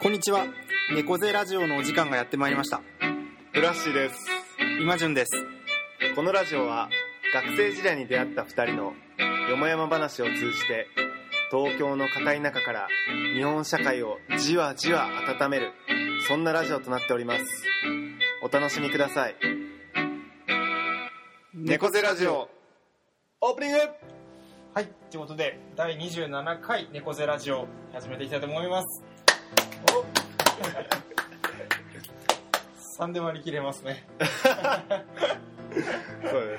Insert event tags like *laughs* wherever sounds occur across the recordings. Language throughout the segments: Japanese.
こんにちは猫背ラジオのお時間がやってまいりましたフラッシーです今順ですこのラジオは学生時代に出会った2人のよもやま話を通じて東京の硬い中から日本社会をじわじわ温めるそんなラジオとなっておりますお楽しみください猫背ラジオオープニングはい、ということで第27回猫背ラジオ始めていきたいと思います。3で割り切れますね。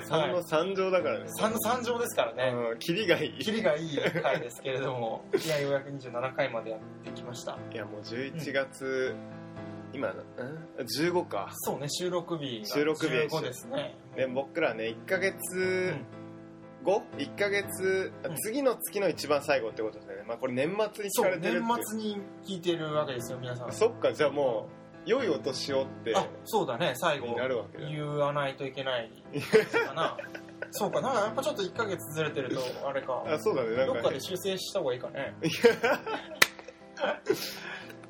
そうだね三の三乗だからね、 3の3乗ですからね。うん、キリがいいキリがいい回ですけれども、いやようやく27回までやってきました。いやもう11月、今うん15かそうね、収録日が収録日でしょ15ですね。で僕らね1ヶ月後、1ヶ月あうん次の月の一番最後ってことですよね、まあ、これ年末に聞そかうれてるってい年う末に聞いてるわけですよ皆さん。そっかじゃあもう良いお年をってあ、そうだね、最に後なるわけだ言わないといけない *laughs* かな。そうか、なんかやっぱちょっと1ヶ月ずれてるとあれか。あそうだねなんどかっねかで修正した方がいいかね。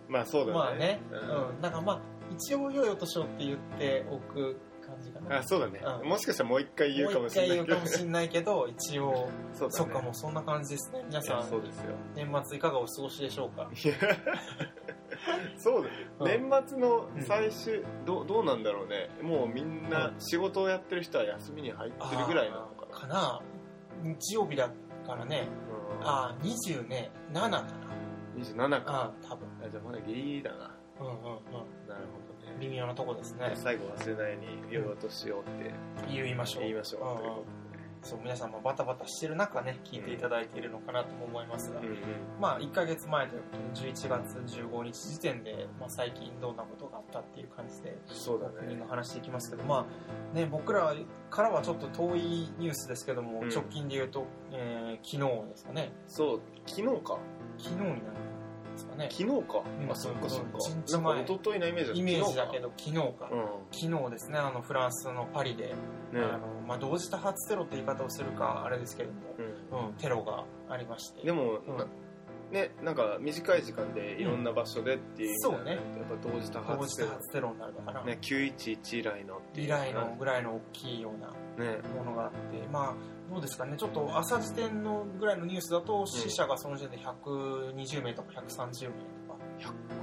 まあそうだね,、まあね、うんうん、なんかまあ、一応良いお年をって言っておく感じかな。あそうだね、うんもしかしたらもう一回言うかもうも一しれ回ない言うけどかもしれないけど、一応、 *laughs* そうだそねっかもうそんな感じですね。皆いさやそん、うですよ年末いかがお過ごしでしょうか。いやそうだね、うん年末の最終、どうどうなんだろうねもうみんな仕事をやってる人は休みに入ってるぐらいなのかなあーかな日曜日だからね、うんああ、27ね、7かな。 27かああ、多分。あじゃあまだギリギリだなうんうんなるほどうん。ね微妙なとこですね。最後忘れないように良いお年をって言いましょう。言いましょうというこそう、皆さんもバタバタしてる中ね、聞いていただいているのかなとも思いますが。とで、うんまあ、1ヶ月前ということで、11月15日時点で、まあ、最近どんなことがあったっていう感じで、うん、そうだ国ねの話していきますけど、まあ、ね、僕らからはちょっと遠いニュースですけども、うん直近で言うと、えー昨日ですかね。そう昨日か昨日になるんですかね。昨日か、うんあそっかそっか、一日な前んか一昨日のイメージだイメージだけどど、昨日か。昨日ですね、あの、フランスのパリで、うんねあの、まあ、同時多発テロって言い方をするか、あれですけども、うん、テロがありまして。でも、うんなねなんか短い時間でいろんな場所でっていう、そうねやっぱ同時多同発時で多発テロになるのかな。ね911以来のっていう以来のぐらいの大きいようなねものがあって、まあ、どうですかね、ちょっと朝時点のぐらいのニュースだと、死者がその時点で120名とか130名とか、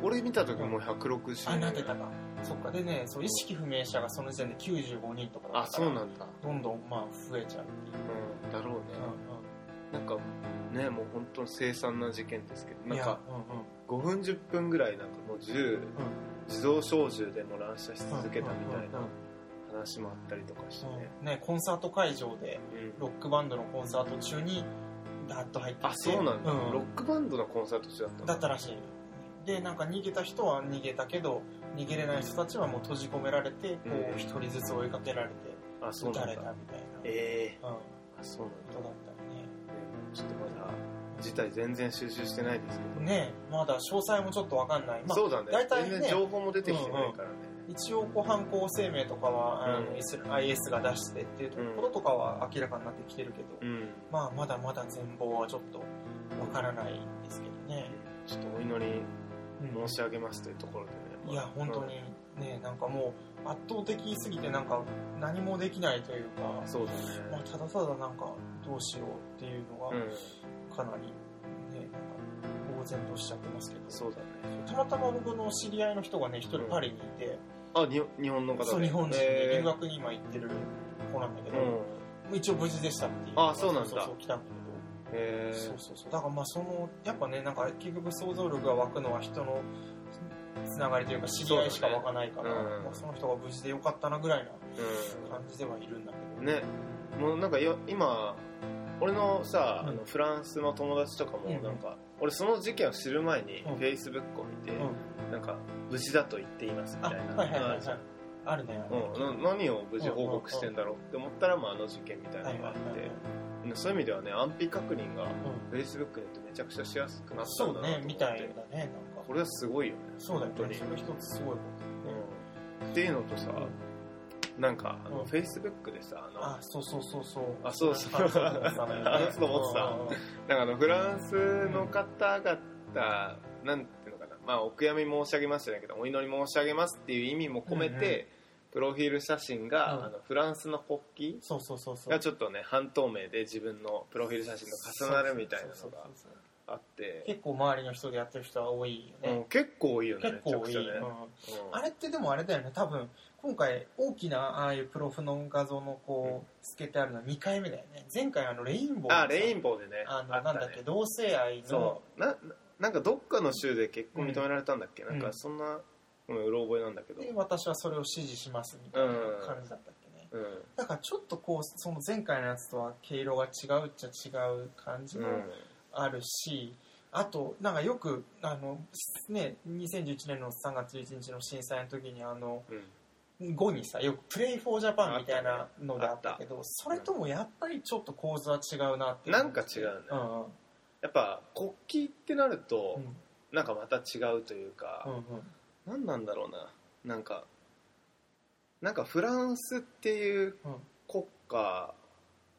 俺見た時もう160あ、なってたか、そっか、でね、そう意識不明者がその時点で95人とかだあったそからうなんだ、どんどんまあ増えちゃうっていうん、だう。ろうね、なんかねもう本当に凄惨な事件ですけどうんうん、なんか、5分10分ぐらいなんかもう銃、自動小銃でも乱射し続けたみたいなうん話もあったりとかしてうんうんね、うんね、コンサート会場で、うんロックバンドのコンサート中に、ダーッと入ってきてあそうなんだ、うんロックバンドのコンサート中だったのだったらしいでなんか逃げた人は逃げたけど逃げれない人たちはもう閉じ込められてこううん一人ずつ追いかけられてあそう撃なたんれだたみたいな、ええうん、こあそうなんだ、とだったねちょっとまだ事態全然収集してないですけどりねねえまだ詳細もちょっとわかんない、まあ、そうだね大体ね全然情報も出てきてないからね、一応こう犯行声明とかは、あうのんイスラ IS が出してっていうところとかは明らかになってきてるけど、うんまあまだまだ全貌はちょっとわからないですけどね、ちょっとお祈りうん申し上げますというところでね、いや本当にねなんかもう圧倒的すぎてなんか何もできないというかうんそうだね、まあ、ただただなんかどうしようっていうのうんがかなりね、なんか呆然としちゃってますけどそうだねたまたま僕の知り合いの人がね一人パリにいて、あに日本の方でそう日本人で留え学に今行ってる子なんだけえど、うん一応無事でしたっていうあそうなんだそうそう来たんだええけど、そうそうそうだからまあそのやっぱねなんか結局想像力が湧くのは人のつながりというか知り合いしか湧かないかそらうそ,、だねうんまあ、その人が無事でよかったなぐらいなうん感じではいるんだけどねもうなんかよ今俺のさ、うんあのフランスの友達とかもうんなんか、俺その事件を知る前にうんフェイスブックを見て、うんなんか無事だと言っていますみあたはいいなはいはいはあいじゃあるねあうん、な何を無事報告してんだろうって思ったら、まあ、あの事件みたいなのがあって、うんそういう意味ではね安否確認がフェイスブックによってめちゃくちゃしやすくなったんそだなうと思っねて、みたいだねなんこかれはすごいよね、そうだよ本当ねにそれ一つすごいうん、っていうのとさ、なんかあうのんフェイスブックでさあのあそうそうそうそうあそうそうあそう思ってたのよねあそう思ってたなんかあのフランスの方々、なんていうのかな、まあ、お悔やみ申し上げますじゃないけどお祈り申し上げますっていう意味も込めて、うんプロフィール写真が、うんあのフランスの国旗そうそうそうそうがちょっとね半透明で自分のプロフィール写真と重なるみたいなそのうがそうそうそうあって、結構周りの人でやってる人は多いようねん、、結構多いよね結構多い、めちゃくちゃねうんうんあれってでもあれだよね多分今回大きなああいうプロフの画像のこう、透けてあるのは2回目だよね前回あのレインボーあレイボンボーでねあのあったなんねだっけ同性愛のそうなななんかどっかの州で結婚認められたんだっけ、んなんかそんな、うん、うろ覚えなんだけどで私はそれを支持しますみたいな感じだったっけね、うんだからちょっとこうその前回のやつとは毛色が違うっちゃ違う感じうもんあるし、あとなんかよくあの、ね、2011年の3月11日の震災の時にあのうん後にさよく「プレイフォージャパンみたいなのがあったけど、そねあったれともやっぱりちょっと構図は違うなっていうなんか違うねうんやっぱ国旗ってなるとう、んなんかまた違うといううんか、うんなんなんだろうななんかなんかフランスっていううん国家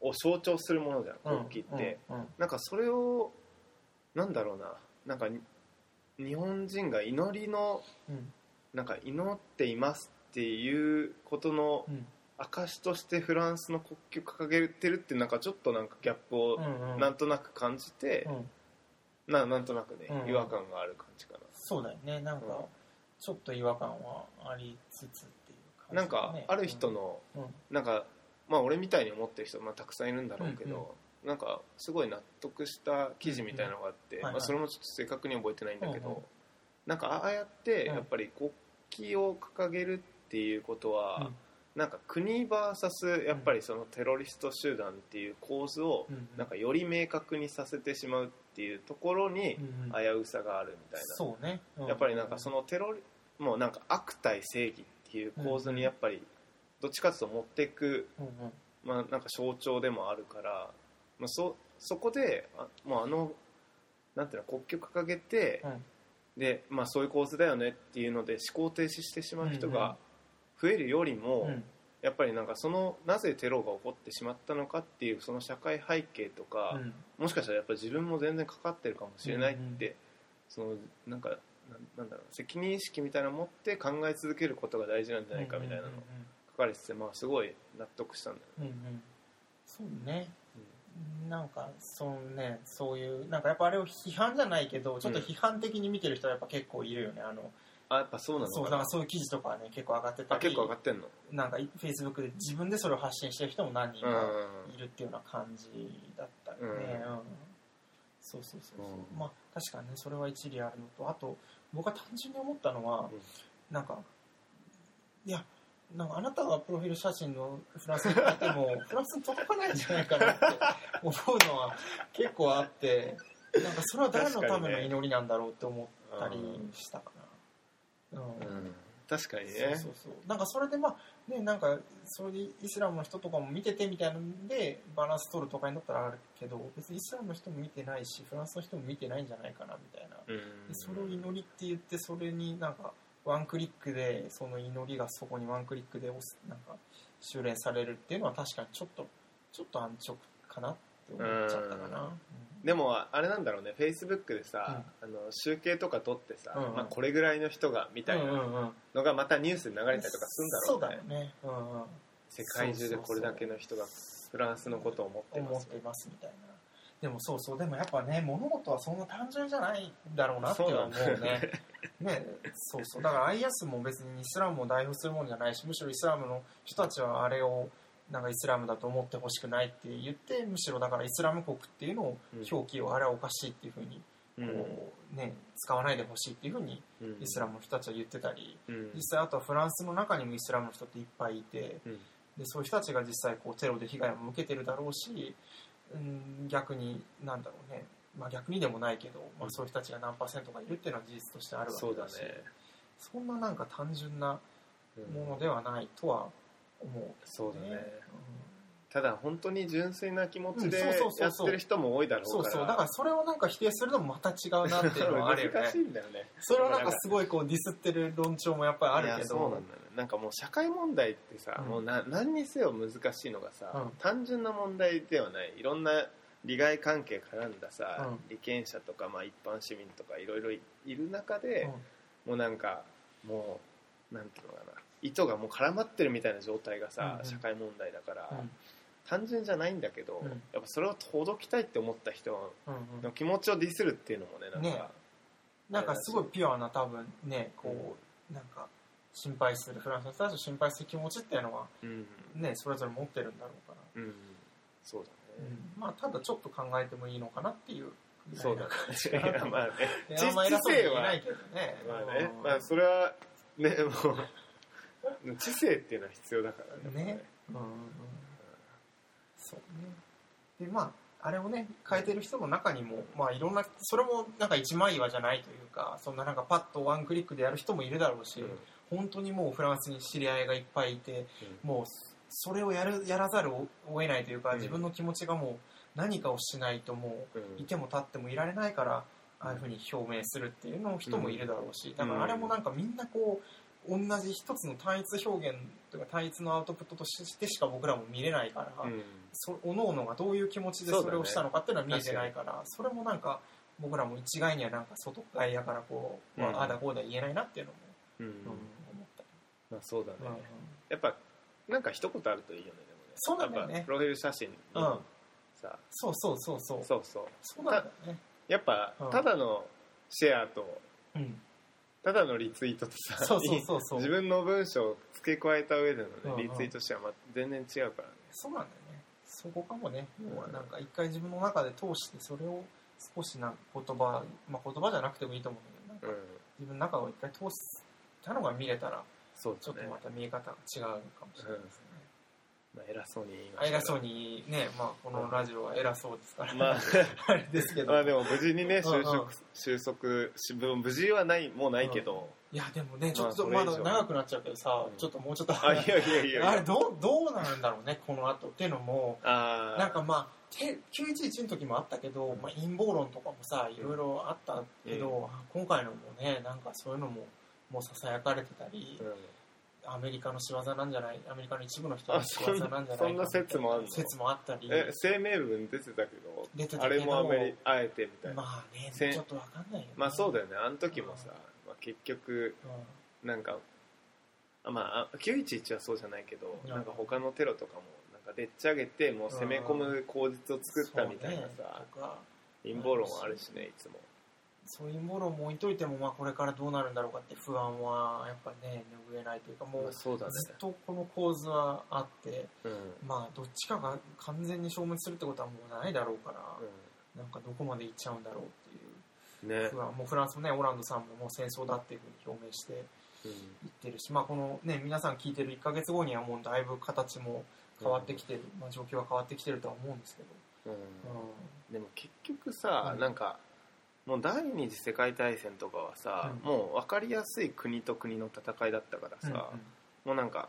を象徴するものじゃんうん国旗って、うんうんなんかそれをなんだろうななんかに日本人が祈りのうんなんか祈っていますっていうことのうん証としてフランスの国旗を掲げてるってなんかちょっとなんかギャップをうんうんなんとなく感じてう、んななんとなくね、うん違和感がある感じかそうだよねなんうかんちょっと違和感はありつつっていう感じな、だね、なんかある人の、のうんなんかまあ俺みたいに思ってる人、まあ、たくさんいるんだろうけうんど、なんかすごい納得した記事みたいなのがあって、うんはいはいまあ、それもちょっと正確に覚えてないんだけど、うんうんなんかああやってうんやっぱり国旗を掲げるっていうことは、うんなんか国 VS やっぱりそのテロリスト集団っていう構図をうんうんなんかより明確にさせてしまうっていうところにうんうん危うさがあるみたいな、そうね、やっぱりなんかそののテロリもうなんか悪対正義っていう構図にやっぱりどっちかというと持っていく、うんうんまあ、なんか象徴でもあるから、まあ、そそこであもうあのなんていうの国旗掲げて、うんでまあ、そういう構図だよねっていうので思考停止してしまう人が増えるよりも、うんやっぱりなんかそのなぜテロが起こってしまったのかっていうその社会背景とか、うんもしかしたらやっぱり自分も全然かかってるかもしれないって、そのなんかなんなんだろう責任意識みたいなのを持って考え続けることが大事なんじゃないかみたいなのを書かれてて、まあ、すごい納得したんだようんうんうんうんそうねね、なんかそのねそういうなんかやっぱあれを批判じゃないけどちょっと批判的に見てる人はやっぱ結構いるよねあのあやっぱそうなのそうかなんなかそういう記事とかはね結構上がってたあり結構上がってんのなんかフェイスブックで自分でそれを発信してる人も何人うんかいるっていうような感じだったよね、うんうんそうそうそうそう、うんまあ確かにねそれは一理あるのとあと僕は単純に思ったのは、うんなんかいやなんかあなたがプロフィール写真のフランスに行って *laughs* もフランスに届かないんじゃないかなって思うのは結構あってなんかそれは誰のための祈りなんだろうって思ったりしたかな。うんうん確かにねそうそうそうなんかそれでまあねなんかそれでイスラムの人とかも見ててみたいなんでバランス取るとかになったらあるけど別にイスラムの人も見てないしフランスの人も見てないんじゃないかなみたいなうでんそれを祈りって言ってそれになんかワンクリックでその祈りがそこにワンクリックで押すなんか修練されるっていうのは確かにちょっとちょっと安直かなって思っちゃったかなでもあれなんだろうねフェイスブックでさ、あの集計とか取ってさ、うんうんまあ、これぐらいの人がみたいうんなうんうんのがまたニュースに流れたりとかするんだろそううねだよねうんうん世界中でこれだけの人がフランスのことを思って思まっすてますみたいなでもそうそうでもやっぱね物事はそんな単純じゃないんだろうなっては思そうなうんだよね *laughs* ねそうそうだから IS も別にイスラムを代表するものじゃないしむしろイスラムの人たちはあれをなんかイスラムだと思ってほしくないって言ってむしろだからイスラム国っていうのをうん表記をあれはおかしいっていうふうにうんこうね使わないでほしいっていうふうにうんイスラムの人たちは言ってたりうん実際あとはフランスの中にもイスラムの人っていっぱいいてうんでそういう人たちが実際こうテロで被害も受けてるだろうし、うん、逆になんだろうね、まあ、逆にでもないけど、まあ、そういう人たちが何パーセントかいるっていうのは事実としてあるわそうけだだねしそんななんか単純なうんものではないとは思そううだね、ねただ本当に純粋な気持ちでうんそうそうそうそうやってる人も多いだろうんそううからそうだからそれをなんか否定するのもまた違うなっていうのはあるよ *laughs* 難しいねんだよねそれをなんかすごいこうディスってる論調もやっぱりあるいやけどそうなんだよねなんかもう社会問題ってさ、うんもうな何にせよ難しいのがさ、うん単純な問題ではないいろんな利害関係絡んださ、うん利権者とか、まあ、一般市民とかいろいろいる中で、うんもうなんかもうなんていうのかな糸がもう絡まってるみたいな状態がさ、うんうん社会問題だから、うん単純じゃないんだけど、うんやっぱそれを届きたいって思った人うんうんの気持ちをディスるっていうのもねなんかねなんかすごいピュアな多分ねこうなんか心配するフランスの人たちを心配する気持ちっていうのはうん、ねそれぞれ持ってるんだろうから、うん、そうだね、まあただちょっと考えてもいいのかなっていうぐらそいなうだね感じいや *laughs* まあ *laughs* ねいや知あんま偉知そうに性言えはないけどねまあねうんまあそれはねもう *laughs* 知性っていうのは必要だからねねうんうんうんそうねでまああれをね変えてる人の中にもまあいろんなそれもなんか一枚岩じゃないというかそんななんかパッとワンクリックでやる人もいるだろうし、うん本当にもうフランスに知り合いがいっぱいいて、もうそれをやるやらざるを得ないというか、うん自分の気持ちがもう何かをしないともうんういても立ってもいられないからああいうふうに表明するっていうのを人もいるだろうし、だからあれもなんかみんなこう同じ一つの単一表現というか単一のアウトプットとしてしか僕らも見れないから、うんそおのおのがどういう気持ちでそれをしたのかっていうのは見えてないからそ,、れもなんか僕らも一概にはなんか外外やからこう、うんああだこうだ言えないなっていうのも、うんうん思ったまあそうだね、り、うんやっぱなんか一言あるといいよねでもねそうなんだよねやっぱプロフィール写真にうんさ、そうそうそうそうそうそうそうなんだよねやっぱ、うんただのシェアとうんただのリツイートとさそうそうそうそう自分の文章を付け加えた上での、ねうんうんリツイートシェアはま全然違うからねそうなんだよねそこかもねもうなんか一回自分の中で通してそれを少しなんか言葉まあ言葉じゃなくてもいいと思うんだけどなんかうん自分の中を一回通したのが見れたらそうちょっだとねまた見え方が違うのかもしれないですね、まあ、偉そうに言いまあした偉そうにねまあこのラジオは偉そうですから、 *laughs* まああれですけど、まあでも無事にねうんうん就職就職し無事はないもうないけど、いやでもねちょっとままあそれ以だ上長くなっちゃうけどさ、うんちょっともうちょっとあいやいやいやいやあれどうどうなんだろうねこの後っていうのもあー *laughs* なんかまあて911の時もあったけど、まあ、陰謀論とかもさいろいろあったけど、あ今回のもねなんかそういうのももうささやかれてたり、うアメリカの仕業なんじゃないアメリカの一部の人のあ仕そ業んなんじゃないかみたそいなんな説もあんの説もあったりん、え声明文出てたけど出てたけどあれもあまりあえてみたいな、まあ、まあねせんちょっとわかんないよねそうだよね、ねあの時もさ、まあ、結局なんかあまああ911はそうじゃないけど、うんなんか他のテロとかもなんかでっち上げてもう攻め込む口実をうん作ったみたいなそうねさ、とか陰謀論はあるしねいつもそういうものも置いといても、まあ、これからどうなるんだろうかって不安はやっぱね拭えないというかもまうあそうだねずっとこの構図はあってうん、まあどっちかが完全に消滅するってことはもうないだろうから、なんかどこまで行っちゃうんだろうっていううん、ね、不安もうフランスもねオランドさんももう戦争だっていうふうに表明してうんいってるしまあこのね皆さん聞いてる1ヶ月後にはもうだいぶ形も変わってきてる、まあ、状況は変わってきてるとは思うんですけど、うんうでも結局さ、うんなんかもう第二次世界大戦とかはさ、うんもう分かりやすい国と国の戦いだったからん、さ、もうなんか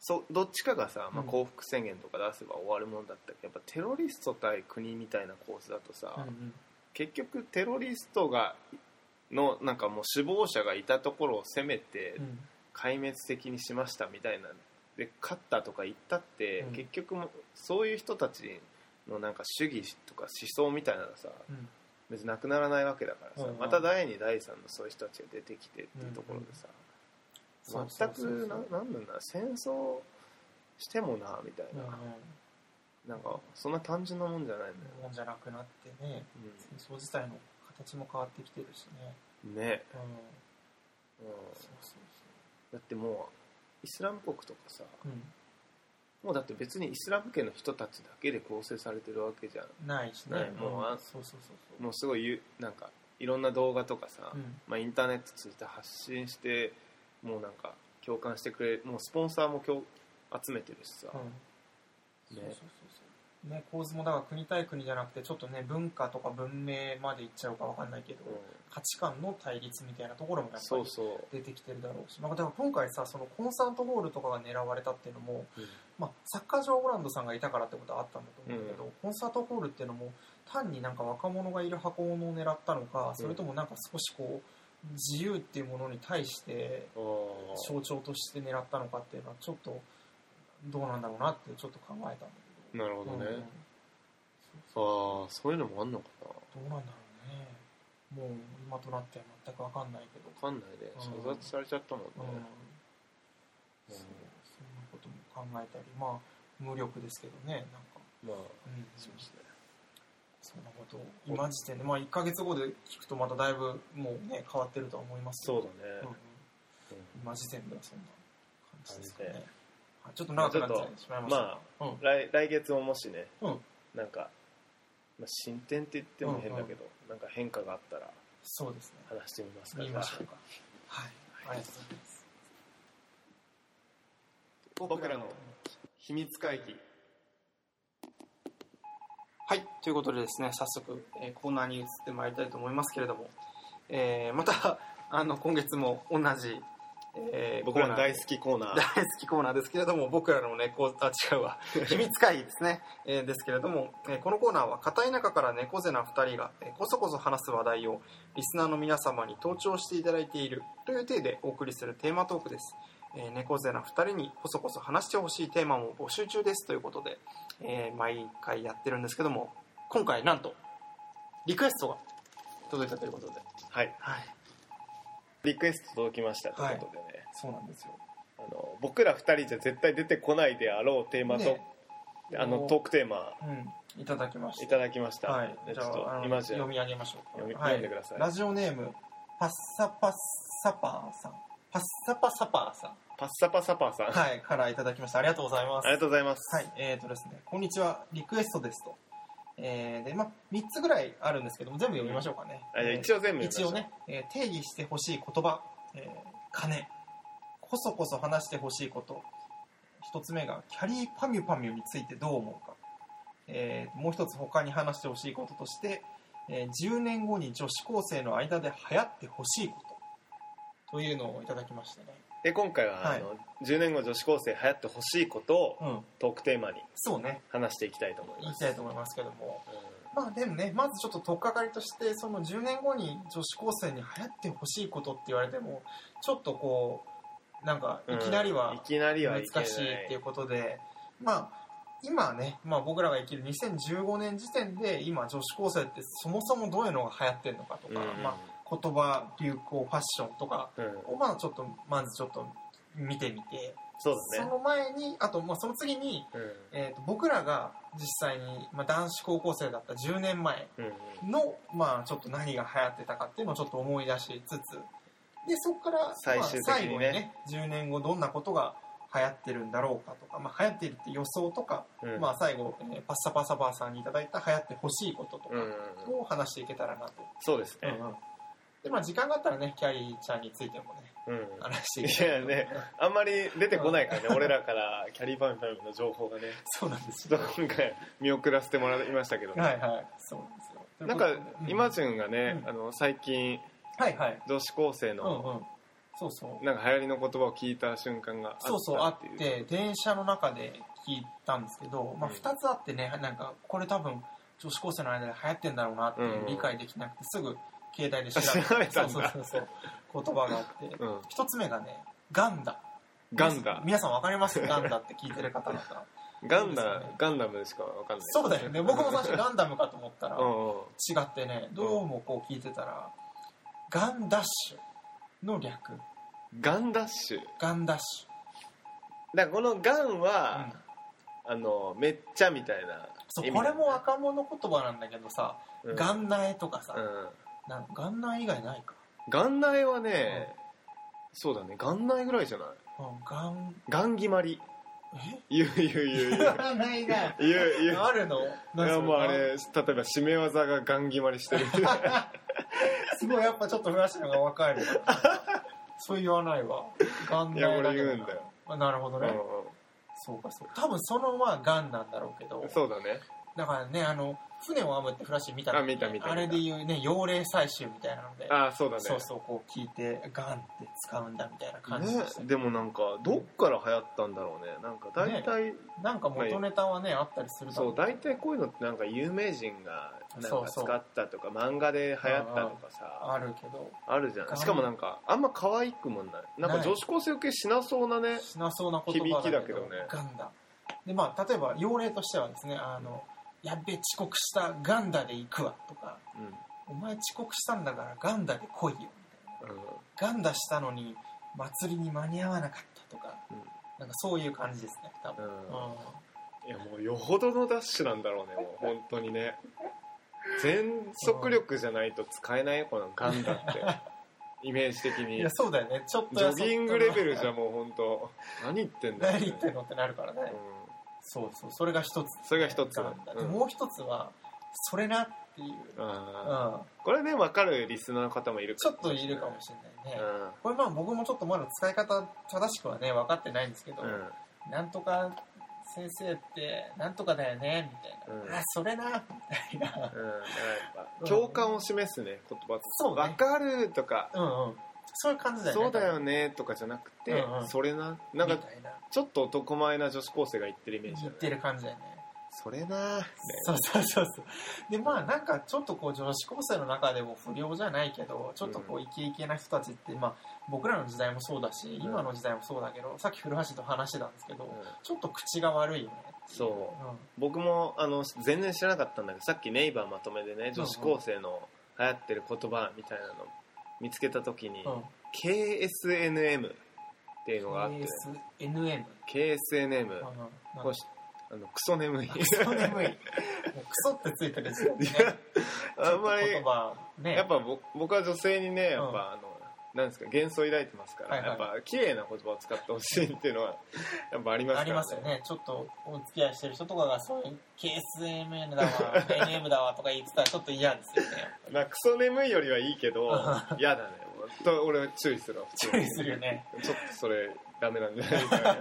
そどっちかがさ、まあ、うん降伏宣言とか出せば終わるもんだったけどやっぱテロリスト対国みたいな構図だとさ、うんうん結局テロリストがのなんかもう首謀者がいたところを攻めてうんうん壊滅的にしましたみたいなで勝ったとか言ったって、うん結局もうそういう人たちのなんか主義とか思想みたいなのさうん別になくならないわけだからさ、うんうんまた第二第三のそういう人たちが出てきてっていうところでさ、そうそ全うそうくななんなんだろう戦争してもなみたいうんな、うんなんかそんな単純なもんじゃないんだよもんじゃなくなってね戦争自体の形も変わってきてるしね、うんね、うん、うんそうそうだってもうイスラム国とかさそう、うもうだって別にイスラム系の人たちだけで構成されてるわけじゃんん、ないしなねいもうあんそうそうそうそうもうすごいゆなんかいろんな動画とかさ、うんまあ、インターネット通じて発信してもうなんか共感してくれるもうスポンサーも共集めてるしさ、ねうんそうそうそうそうね構図もだから国対国じゃなくてちょっとね文化とか文明までいっちゃうかわかんないけど、う価値観の対立みたいなところもやんっぱそうりそ出てきてるだろうし、まあ、だから今回さそのコンサートホールとかが狙われたっていうのも、う、うんまあ、サッカー場オランドさんがいたからってことはあったんだと思うけど、コンサートホールっていうのも単になんか若者がいる箱を狙ったのか、それともなんか少しこう自由っていうものに対してあー象徴として狙ったのかっていうのはちょっとどうなんだろうなってちょっと考えたんだけど。なるほどね、うんそあうあそういうのもあんのかなどうなんだろうねもう今となっては全く分かんないけどわかんないでうん射殺されちゃったもんね、ううんんそうそんなことも考えたりまあ無力ですけどねなんか、まあうん、そうですねそんなことを今時点でまあ1か月後で聞くとまただいぶもうね変わってるとは思いますけそどうだうんね、今時点ではそんな感じですかね感じはいちょっと長くなってしまいましたまあ、うん来来月ももしね、うんなんか、まあ、進展って言っても変だけど、なんか変化があったらそうですね話してみますか見ましょうかはいありがとうございます僕らの秘密会議はい、ということでですね、早速、えーコーナーに移ってまいりたいと思いますけれども、えーまた、あの、今月も同じ、えー僕らのコーナー大好きコーナ *laughs* 大ー好きコーナーですけれども、僕らのね、こう、あ、違う *laughs* わ、秘密会議ですね、えーですけれども、えーこのコーナーは、片田舎から猫背な2人が、えーこそこそ話す話題を、リスナーの皆様に登聴していただいているという体でお送りするテーマトークです。えー猫背な2人にこそこそ話してほしいテーマも募集中ですということで、えー毎回やってるんですけども、今回なんと、リクエストが届いたということで、はいはい、リクエスト届きましたということでね、そうなんですよあの僕ら二人じゃ絶対出てこないであろうテーマと、ねあのトークテーマうんいただきましたいただきました、はい、でちじゃょっああとの今じゃ読み上げましょうか読みはい読んでくださいラジオネームパッサパッサパーさんパッサパサパーさんパッサパサパーさん、あはいからいただきましたありがとうございますりがとうございます、はいえーとですねこんにちはリクエストですとえーでまあ3つぐらいあるんですけども全部読みましょうかね、あじゃあえー一応 *laughs* 全部一応ね、えー定義してほしい言葉、えー金こそこそ話してほしいこと一つ目がキャリーパミュパミュについてどう思うか、えーもう一つ他に話してほしいこととして、えー10年後に女子高生の間で流行ってほしいことというのをいただきましたねで今回は、あの10年後女子高生流行ってほしいことをうんトークテーマにそうね話していきたいと思い言まいすたいと思いますけどもうまあでもねまずちょっと取っかかりとしてその10年後に女子高生に流行ってほしいことって言われてもちょっとこうなんかんいきなりは、いきなりはいけな難しいっていうことで、まあ、今ね、まあ、僕らが生きる2015年時点で今女子高生ってそもそもどういうのが流行ってるのかとか、うんまあ、言葉流行ファッションとかうんをまあちょっとまずちょっと見てみてそうそだねの前にあと、まあ、その次に、うえー、と僕らが実際に、まあ、男子高校生だった10年前んうんの、まあ、ちょっと何が流行ってたかっていうのをちょっと思い出しつつでそこから最終的にねまあ最後にね10年後どんなことが流行ってるんだろうかとか、まあ、流行っているって予想とか、うんうんまあ、最後、えーパッサパサバーさんにいただいた流行ってほしいこととうんうんかを話していけたらなと、そうですねでまあ時間があったらねキャリーちゃんについてもねうん話していいけたやらねあんまり出てこないからね俺らからキャリーパンパンの情報がねそうなんですちょっと今回見送らせてもらいましたけどはいはいそうなんですよというなんことかでうんイマジュンがねうんあの最近はいはい女子高生うんのうんそうそうなんか流行りの言葉を聞いた瞬間があったそうそうあっいうて電車の中で聞いたんですけど、まあ、うん2つあってねなんかこれ多分女子高生の間で流行ってんだろうなっていううん理解できなくてすぐ携帯で調 *laughs* べ調べたんだそうそうそうそう言葉があってうん1つ目がねガンダガンダ皆さん分かり *laughs* ますガンダって聞いてる方々ガンそうダですガよねンダムしかわかんないそうだよね僕も最初ガンダムかと思ったらう違んうんってねどうもこう聞いてたらガンダッシュの略ガンダッシュガンダッシだからこのガンュ、うはん、あのめっちゃみたいなそう意味こなんだれねも若者言葉なんだけどさうんガンナエとかさ、うんなんかガンナエ以外ないか、ガンナエはねそうだねガンナエぐらいじゃないうん、ガ *laughs* ンガン決まりえ言う言う言 *laughs* う言うガンナエが言う言うあるのいやもうあなんかれ例えば締め技がガン決まり *laughs* してるすごいやっぱちょっとフラッシュの方が若いのか *laughs* なそう言わないわガンいやナエ俺だけ言どうんだよ、あなるほどうんね、そうかそうか多分そのまあガンなんだろうけどうんそうだねだからねあの船を編むってフラッシュ見た時あ見た見た見たあれでいうね妖霊採集みたいなのでああそうだねそうそうこう聞いてガンって使うんだみたいな感じでしたねねでもなんかどっから流行ったんだろうねなんか大体、なんか元ネタはね、あったりするだろそう大体こういうのってなんか有名人がなんそうかそう使ったとか漫画で流行ったとかさあるけどあるじゃガんンしかもなんかあんま可愛くもないなんかない女子高生受けしなそうなねしなそうな言葉だ響きけどだけどねガンダでまあ例えば用例としてはですねあのやっべ遅刻したガンダで行くわとかうんお前遅刻したんだからガンダで来いよみたいなガンダしたのに祭りに間に合わなかったとか、うんなんかそういう感じですね多分、うんうんいやもうよほどのダッシュなんだろう *laughs* ねもう本当にね全速力じゃないと使えないよこのガンダ *laughs* ってイメージ的いにやそうだよねちょっとジョギングレベルじゃんもう本当何言ってんだよ何言ってんのってなるからね、うそうそうそれが一つんそれが一つ、ガンダでうんもう一つはそれなっていう、あーうん、これね分かるリスナーの方もいるちょっといるかもしれなれいね、これまあ僕もちょっとまだ使い方正しくはね分かってないんですけど、うん、うんなんとか先生ってなんとかだよねみたいな、うんあそれなうみたいなん、だからやっぱ共感を示すね言葉ってそうね分かるとかうんうんそういう感じだよねそうだよねとかじゃなくて、うんうんそれな多な分んみかたいなちょっと男前な女子高生が言ってるイメージだ言っねてる感じだよねそれなそうそうそうそうでまあなんかちょっとこう女子高生の中でも不良じゃないけどちょっとこうイケイケな人たちって、まあ僕らの時代もそうだしん今の時代もそうだけどさっき古橋と話してたんですけど、うんちょっと口が悪いよねそううん僕もあの全然知らなかったんだけどさっきネイバーまとめでね女子高生の流行ってる言葉みたいなの見つけた時に、うん KSNM っていうのがあって NM KSNM あのなんこかうしあのクソ眠いク *laughs* ソ眠い。もうクソってついてる時点でね。あんまりちょっと言葉ね。やっぱ僕僕は女性にねやっぱ、うんあのなんですか幻想を抱いてますから、はいはいやっぱ綺麗な言葉を使ってほしいっていうのは *laughs* やっぱありますから、ありますよね。ちょっとお付き合いしてる人とかがそういう KSMN だわ、NM だわとか言ってたらちょっと嫌ですよね。まあクソ眠いよりはいいけどう嫌だねと俺は注意するわ普通注に意するよね。ちょっとそれダメなんじゃない *laughs* かな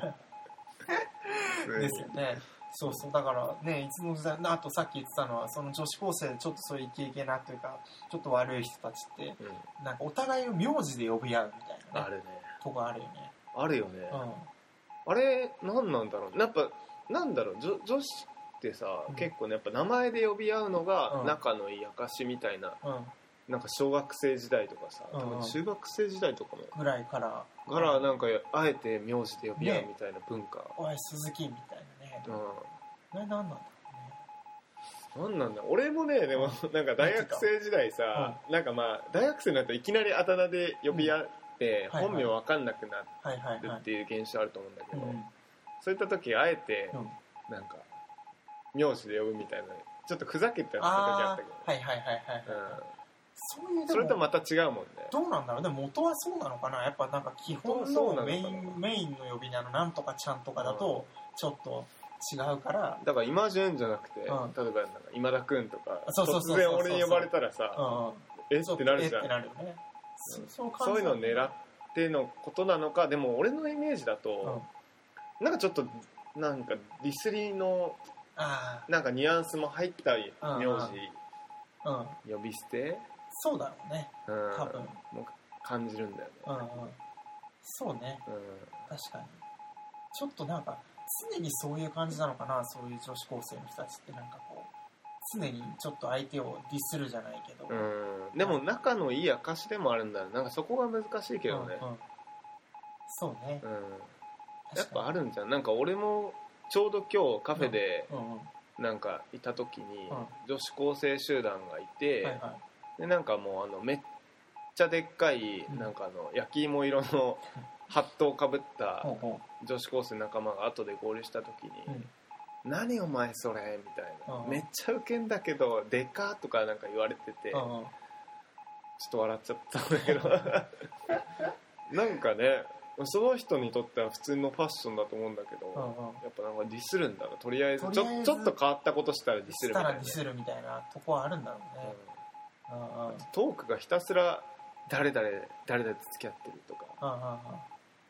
普通でにすよね。そうそう。だからね、いつの時代、あとさっき言ってたのは、その女子高生でちょっとそういうイケイケなというか、ちょっと悪い人たちって、うんなんかお互いを名字で呼び合うみたいな、あね、るねとこあるよね。あるよね、うん。あれ何なんだろうやっぱなんだろう女女子ってさ、うん結構ねやっぱ名前で呼び合うのがうん仲のいい証みたいなうん。なんか小学生時代とかさ、うんうん多分中学生時代とかも、ぐらいから。からなんかあえて名字で呼び合うみたいな文化、おい、鈴木みたいなね。うあれ何なんだろうね。んなんなんだ俺もねでもなんか大学生時代さ、なんかまあ大学生になるといきなりあだ名で呼び合ってうんはいはい本名わかんなくなはいはいるはいっ。ていう現象あると思うんだけうど、んそういった時あえてうんなんか名字で呼ぶみたいなちょっとふざけた時あっあたけどあ、はいはいはいはい。そういううん、それでとも、また違うもんねどうなんだろうでも元はそうなのかなやっぱなんか基元本はそうなのかのメイなン、メインの呼び名のなんとかちゃんとかだと、ちょっと違うから、だから今順じゃなくて、ん例えばなんか今田君とかそうそうそうそう突然俺に呼ばれたらさ、うん。えってなるじゃえってんなるよね。そそう感じそういうのを狙ってのことなのかでも俺のイメージだうんと、なんかちょっとなんかディスリーのあなんかニュアンスも入った名うんあ、うん。字呼び捨て、そうだろうね。うん多分。もう感じるんだよね、うんうん。そうね。うん確かに。ちょっとなんか、常にそういう感じなのかなそういう女子高生の人たちってなんかこう、常にちょっと相手をディスるじゃないけど、うんでも仲のいい証でもあるんだよなんかそこが難しいけどね、うんうんそうねうんやっ確かにぱあるんじゃんなんか俺もちょうど今日カフェでうんうんなんかいた時にうん女子高生集団がいて、はいはでなんかもうあのめっちゃでっかいうんなんかあの焼き芋色 *laughs* のハットをかぶっいたほうほ女子高生仲間が後で合流した時にうん「何お前それ」みたいなう「んめっちゃウケんだけどでか」とかなんか言われててちうょっうんうんと笑っちゃったんだけ *laughs* どなんかねその人にとっては普通のファッションだと思うんだけど、うんうんやっぱなんかディスるんだなとりあえずちとりあえょずちょっと変わったことしたらディスしるみたたいらなディスるみたいなとこはあるんだろうねうんうんうんうんうんうんトークがひたすら誰々誰々と付き合ってるとか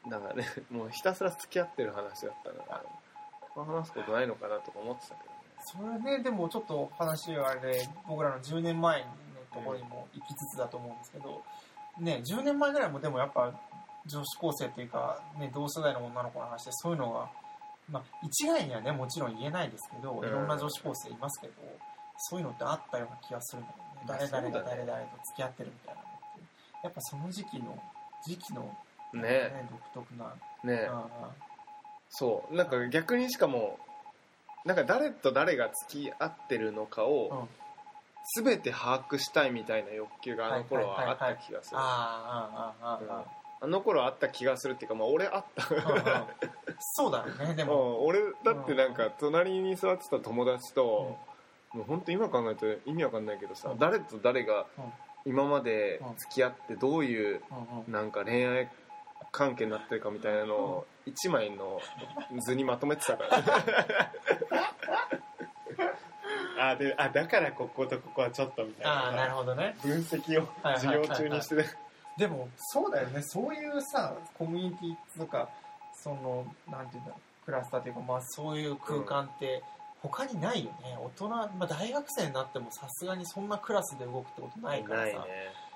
なん *laughs* かねもうひたすら付き合ってる話だったからあんま話すことないのかなとか思ってたけどねそれねでもちょっと話はあれで僕らの10年前のところにも行きつつだと思うんですけどね10年前ぐらいもでもやっぱ女子高生というか、ね、同世代の女の子の話でそういうのが、まあ、一概にはねもちろん言えないですけどうんいろんな女子高生いますけどそういうのってあったような気がするんだよねまあ誰々そうがだ誰ね々と付き合ってるみたいなのってやっぱその時期の時期の、ね独特な、ねうんうんそうなんか逆にしかもなんか誰と誰が付き合ってるのかうんを全て把握したいみたいな欲求があの頃はあった気がするあああああああああの頃あった気がするっていうかまあ俺あったうんうんそうだよねでうも、ん俺だってなんか隣に座ってた友達ともう本当今考えると意味わかんないけどさうん誰と誰が今まで付き合ってどういううんうんなんか恋愛関係になってるかみたいなのを一枚の図にまとめてたからね *laughs* あであだからこことここはちょっとみたいああなるなほどね分析をはいはい授はいは業い中にしてねでもそうだよねそういうさコミュニティとかそのなんていうんだろうクラスターというかまあそういう空間って他にないよね大人、まあ、大学生になってもさすがにそんなクラスで動くってことないからさ、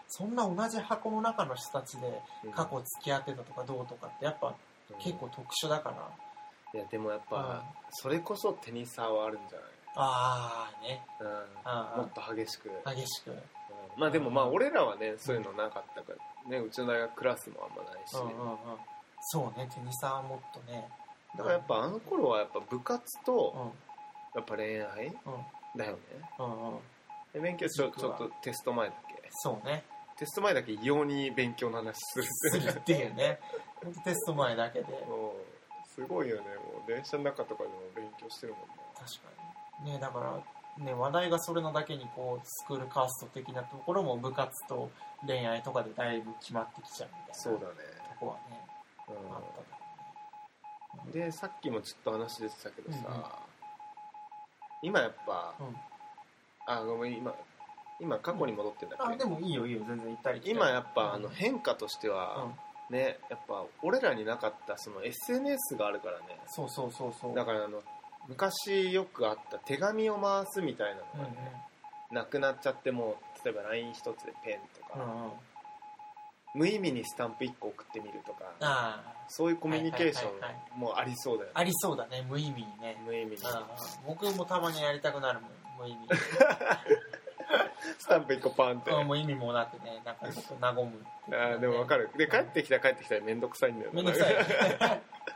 そんな同じ箱の中の人たちでうん過去付き合ってたとかどうとかってやっぱ結構特殊だから、いやでもやっうんぱそれこそテニサーはあるんじゃああねないああうんもっと激しく激しく、うんまあでもまあ俺らはねそういうのなかったからねうちの大学クラスもあんまないしうんうんうん、そうねテニサーはもっとねだからやっぱあの頃はやっぱ部活とうんやっぱ恋愛うんだよねうんうんで勉強ちょち僕ょはっとテスト前だっけそうねテスト前だけ異様に勉強の話 *laughs* すするるっていうねほんとテスト前だけで確もうすごいよねもう電車の中とかでも勉強してるもんねかにねだからね話題がそれのだけにこうスクールカースト的なところも部活と恋愛とかでだいぶ決まってきちゃうみたいなとだね、こはねあったかうん、でさっきもちょっと話出てたけどさ、今やっぱ、うんあごめん今今過去に戻ってんだっらねあけ、でもいいよいいよ全然行ったり来たり今やっぱあのうん変化としてうはん、ねやっぱ俺らになかったその SNS があるからねそうそうそうそうだからあの昔よくあった手紙を回すみたいなうのんがね、なくなっちゃってもう例えば LINE 一つでペンとうんか、うんうん無意味にスタンプ1個送ってみるとかああそういうコミュニケーショはいはいはいンもありそうだよね、ありそうだね無意味にね無意味にああ僕もたまにやりたくなるもん無意味に *laughs* スタンプ1個パンって、うんもう意味もなくねなんかちょっと和むっていうあーでもわかるで帰ってきた帰ってきたら面倒くさいんだよめんどくさい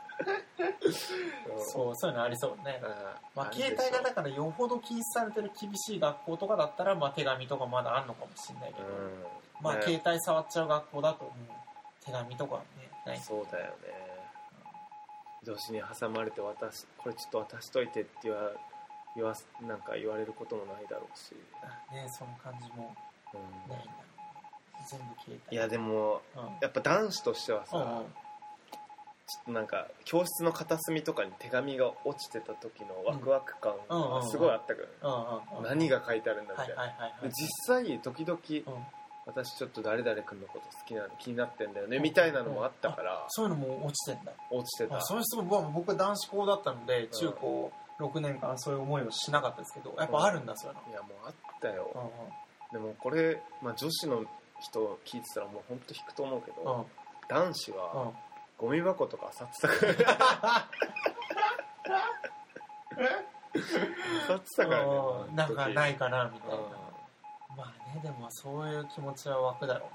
うんそうそういうのありそうね、あーまあ、るでしょ携帯がだからよほど禁止されてる厳しい学校とかだったら、まあ、手紙とかまだあんのかもしれないけうど、んまあ、ね携帯触っちゃう学校だともう手紙とかはねないそうだよね女子に挟まれて渡しこれちょっと渡しといてって言わ言わすなんか言われることもないだろうし、あねその感じもうんないんだろうね全部携帯いやでもうんやっぱ男子としてはさ、うんうんちょっとなんか教室の片隅とかに手紙が落ちてた時のワクワク感うんうんうんがすごいあったけどね、うんうん何が書いてあるんだみはたいいな、はいはいはいで実際時々うん私ちょっと誰々君のこと好きなの気になってんだよねみたいなのもあったからそういうのも落ちてんだ落ちてたあそれすごい僕は僕は男子校だったので中高6年間そういう思いをしなかったですけどやっぱあるんだそういういやもうあったよ、でのもこれ、まあ、女子の人聞いてたらもう本当引くと思うけど、うんうん男子うんはうんゴミ箱とか漁ってたから *laughs* 漁ってたからね、うんなんかないいかなみうたんいなまあねでもそういう気持ちは湧くだろ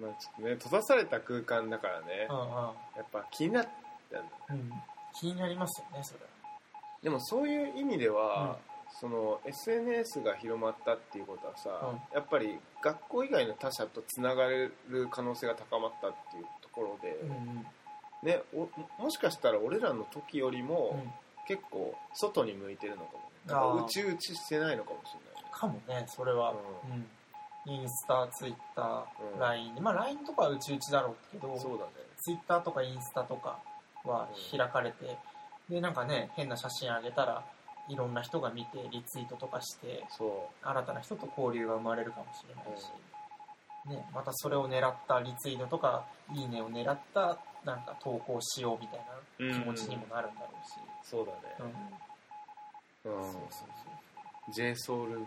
まあちょっとね閉ざされた空間だからねうなうんうんやっぱ気になったんだうん気になりますよねそれでもそういう意味では、その SNS が広まったっていうことはさ、やっぱり学校以外の他者とつながれる可能性が高まったっていうところで、うんうんね、おもしかしたら俺らの時よりうもん結構外に向いてるのかもねあーなんかうちうちしてないのかもしれないねかもねそれはううんインスタツイッタうーん LINE でまあ LINE とかはうちうちだろうけどそうだねツイッターとかインスタとかは開かれて、でなんかね変な写真あげたらいろんな人が見てリツイートとかしてそ新たな人と交流が生まれるかもしれないし、ね、またそれを狙ったリツイートとかいいねを狙ったなんか投稿しようみたいな気持ちにもなるんだろうし、うそうだうね、んうんそうそうそう JSOULBROTHERS 好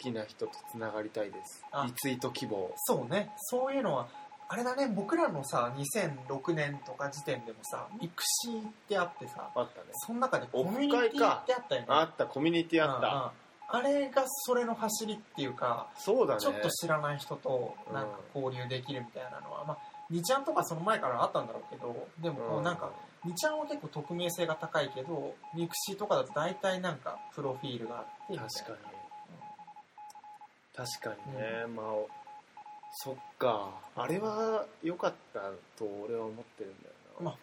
きな人とつながりたいですあリツイート希望そうねそういうのはあれだね僕らのさ2006年とか時点でもさミクシーってあってさあったねその中でコミュニオフテ会ィかってあったよねあったコミュニティあった、うんうんあれがそれの走りっていうか、そうだねちょっと知らない人とうんなんか交流できるみたいなのは、まあ、 2ちゃんとかその前からあったんだろうけどでもこううなんか2ちゃんは結構匿名性が高いけどミクシーとかだと大体なんかプロフィールがあってみたいな確かに確かにね、まあそっかあれは良かったと俺は思ってるんだよな、まあ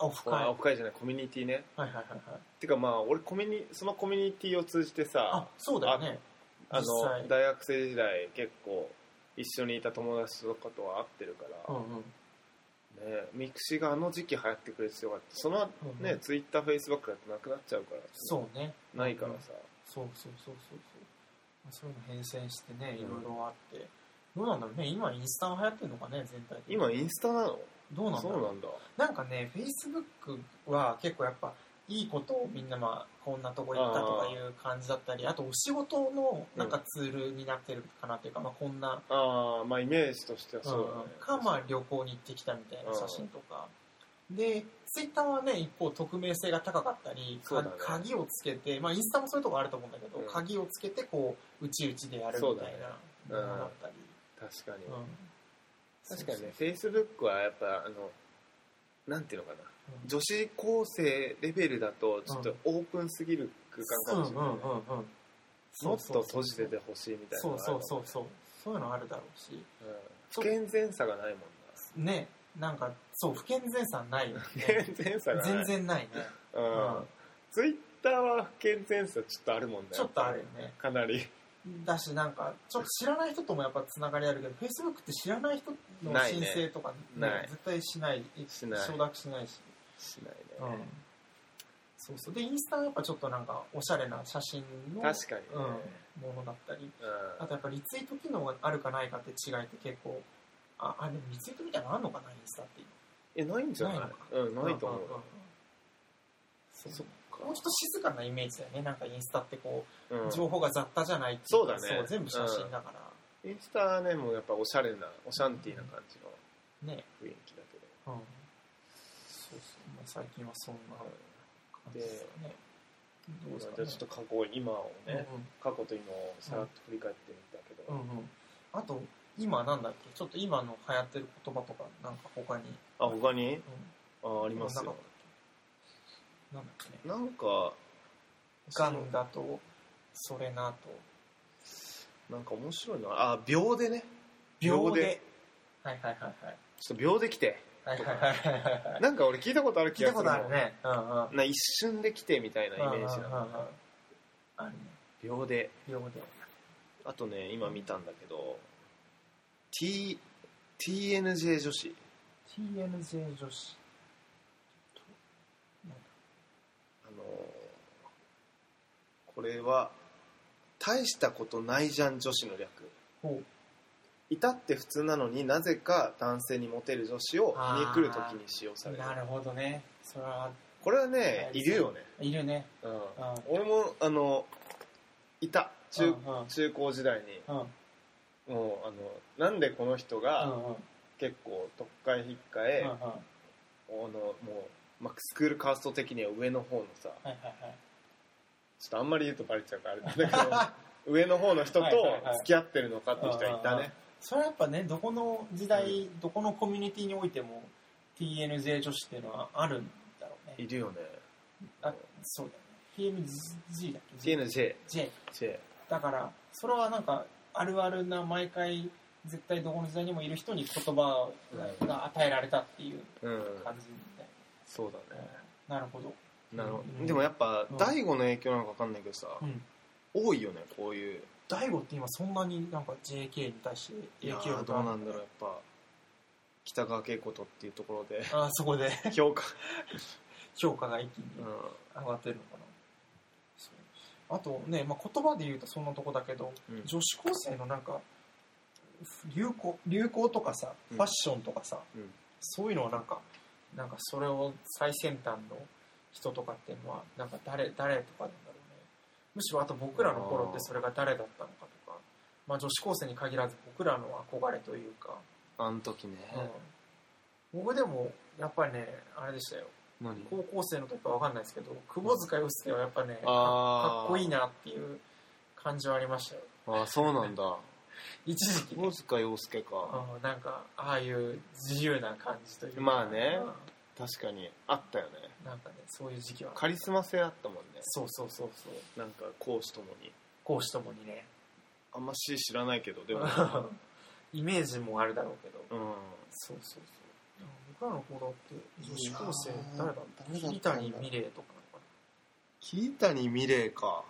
あ、あオフ会あはオフ会じゃないコミュニティねいはいはいはいてかまあ俺コミュニそのコミュニティを通じてあさそうだよねあ実際の大学生時代結構一緒にいた友達とかとは会ってるかうら、んうんね、ミクシがあの時期流行ってくれてよかったそのうんね、ツイッターフェイスバックだってなくなっちゃうからそうねないからさ、そうそうそうそうそうまあそういうの変遷してねうんいろいろあってどうなんだろうね今インスタが流行ってるのかね全体的に今インスタなのどうなんだそうろうなんだなんかね、フェイスブックは結構やっぱ、いいことをみんなまあ、こんなとこ行ったとかいう感じだったり、あとお仕事のなんかツールになってるかなっていうか、まあこんな、ああまあイメージとしてはそうだね、うんかまあ旅行に行ってきたみたいな写真とか。で、ツイッターはね、一方匿名性が高かったり、そうだねか鍵をつけて、まあインスタもそういうとこあると思うんだけど、うん鍵をつけてこう、うちうちでやるみたいなそうだねものだったり。確かに、うん確かにねフェイスブックはやっぱあのなんていうのかなうん女子高生レベルだとちょっとオープンすぎる空間かもしれない、うんうんうんうんもっと閉じててほしいみたいなそのうがあるそうのそうそうそういうのあるだろうしうん不健全さがないもんなねなんかそう不健全さないよ不ね健全さがない全然ないね、ううんん、ツイッターは不健全さちょっとあるもんねちょっとあるよねかなりだしなんかちょっと知らない人ともやっぱつながりあるけど Facebook って知らない人のない申ね請とか、ねない絶対しないしない承諾しないし、しないね、うん、そうそうでインスタはやっぱちょっとなんかおしゃれな写真の確かにね、うん、ものだったりうんあとやっぱリツイート機能があるかないかって違いって結構ああでもリツイートみたいなのあるのかなインスタってえないんじゃないないうんないと思う、んんんそうそっかもうちょっと静かなイメージだよねなんかインスタってこうんう、情報が雑多じゃないっていかそうだねそう全部写真だから、インスタはねもうやっぱおしゃれなおシャンティーな感じのね雰囲気だけど、うんそうそう、まあ、最近はそんな感じですかねどうですまあかじゃあねちょっと過去今をね、過去と今をさらっと振り返ってみたけうど、んうん、うんうん、あと今なんだっけちょっと今の流行ってる言葉とかなんか他に、あ他にうあん、ありますよなんだっけなんなだっけねんかガンだとそれなとなんか面白いなあ秒でね秒ではいはいはいはいちょっと秒で来てはいはいはいはいはいなんか俺聞いたことある気聞いがたすることあるね。うんうん。な一瞬で来てみたいなイメージうなんのうんうんうんあるね。秒で両方で。あとね今見たんだけど T TNJ 女子 TNJ 女子。あのーこれは大したことないじゃん女子の略ほう。至って普通なのになぜか男性にモテる女子を見に来る時に使用されるなるほどね。それは、これはねいるよね、いるね。うん、うん。俺もあのいた中,、うんうん中高時代にうん。うんもうあのなんでこの人うがん。うん結構特会引っかえ、あはのもう、まあ、スクールカースト的には上の方のさいはいはい。ちょっとあんまり言うとバレちゃうからあれなんだ *laughs* けど上の方の人とはいはいはい付き合ってるのかって人はいたねそれはやっぱね、どこの時代、どこのコミュニティにおいても、TNJ 女子っていうのはあるんだろうね。いるよねあ、そうだよね。TMG だっけ TNJJ ?J。だからそれはなんかあるあるな毎回絶対どこの時代にもいる人に言葉が与えられたっていううん感じみたいそうだねな、なるほど、なるほうどんでもやっぱうん大悟の影響なのか分かんないけどさうん、多いよねこういう大悟って今そんなになんか JK に対してい影や響ー力どうがあるなんだろうやっぱ北川景子とっていうところ *laughs* であーそこで評価評価が一気にうん上がってるのかな、そうあとね、まあ、言葉で言うとそんなとこだけどうん女子高生のなんか流行流行とかさうフんァッションとかさ、うんそういうのをなんかなんかそれを最先端の人とかっていうのはなんか誰誰とかなんだろうねむしろあと僕らの頃ってそれが誰だったのかとかまあ、女子高生に限らず僕らの憧れというか、あの時ねうん僕でもやっぱりねあれでしたよ何高校生の時は分かんないですけど窪塚洋介はやっぱねかあーかっこいいなっていう感じはありましたよああそうなんだ一時期ね大塚洋介かうんなんかああいう自由な感じというかまあねうん確かにあったよねなんかねそういう時期はカリスマ性あったもんねそうそうそうそうなんか講師ともに講師ともにねあんまし知らないけどでも *laughs* イメージもあるだろうけどうんそうそうそう僕らの子だって女子高生いやー誰だ誰だ三ったんだ谷美玲とかか桐谷美玲か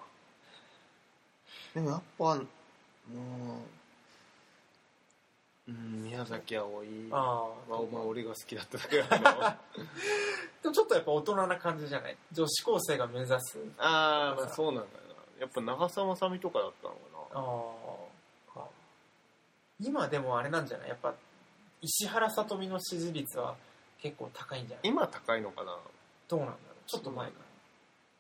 でもやっぱもう、うん、宮崎あおいなは、ああまあ、俺が好きだっただけだけど *laughs* あでもちょっとやっぱ大人な感じじゃない女子高生が目指す *laughs* あまあそうなんだよなやっぱ長澤まさみとかだったのかなああ今でもあれなんじゃないやっぱ石原さとみの支持率は結構高いんじゃない今高いのかなどうなんだろうちょっと前から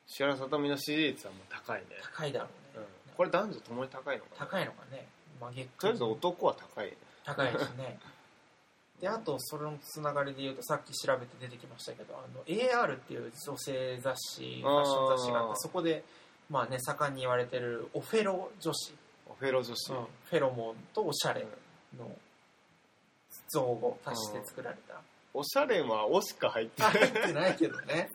石原さとみの支持率はもう高いね、高いだろううんね、これ男女ともに高いのかな高いのかね、まあ、月とりあえず男は高い高いですね *laughs* であとそれのつながりで言うとさっき調べて出てきましたけどあの AR っていう女性雑誌ファッション雑誌があっあーてそこでまあね盛んに言われてるオフェロ女子、オフェロ女子、フェロモンとおしゃれの造語足して作られた、おしゃれは「お」しか入ってない入ってないけ *laughs* どね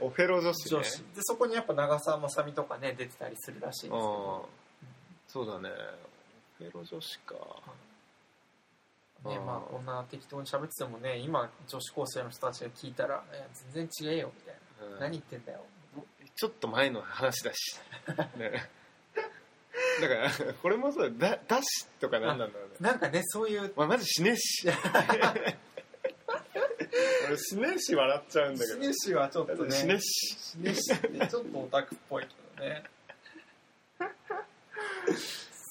オフェロ女子ね女子でそこにやっぱ長澤まさみとかね出てたりするらしいんですけど、うんそうだねオフェロ女子かうんねあーまあ、こんな適当に喋っててもね今女子高生の人たちが聞いたらいや全然違えよみたいな、うん何言ってんだよちょっと前の話だし、 *laughs* ね、だからこれもそうだだだしとか何なんだろうねなんかねそういうお前マジ死ねえ *laughs* し俺死ねえし笑っちゃうんだけどねしはちょっ死ねえし死ねしってちょっとオタクっぽいけ *laughs* どねい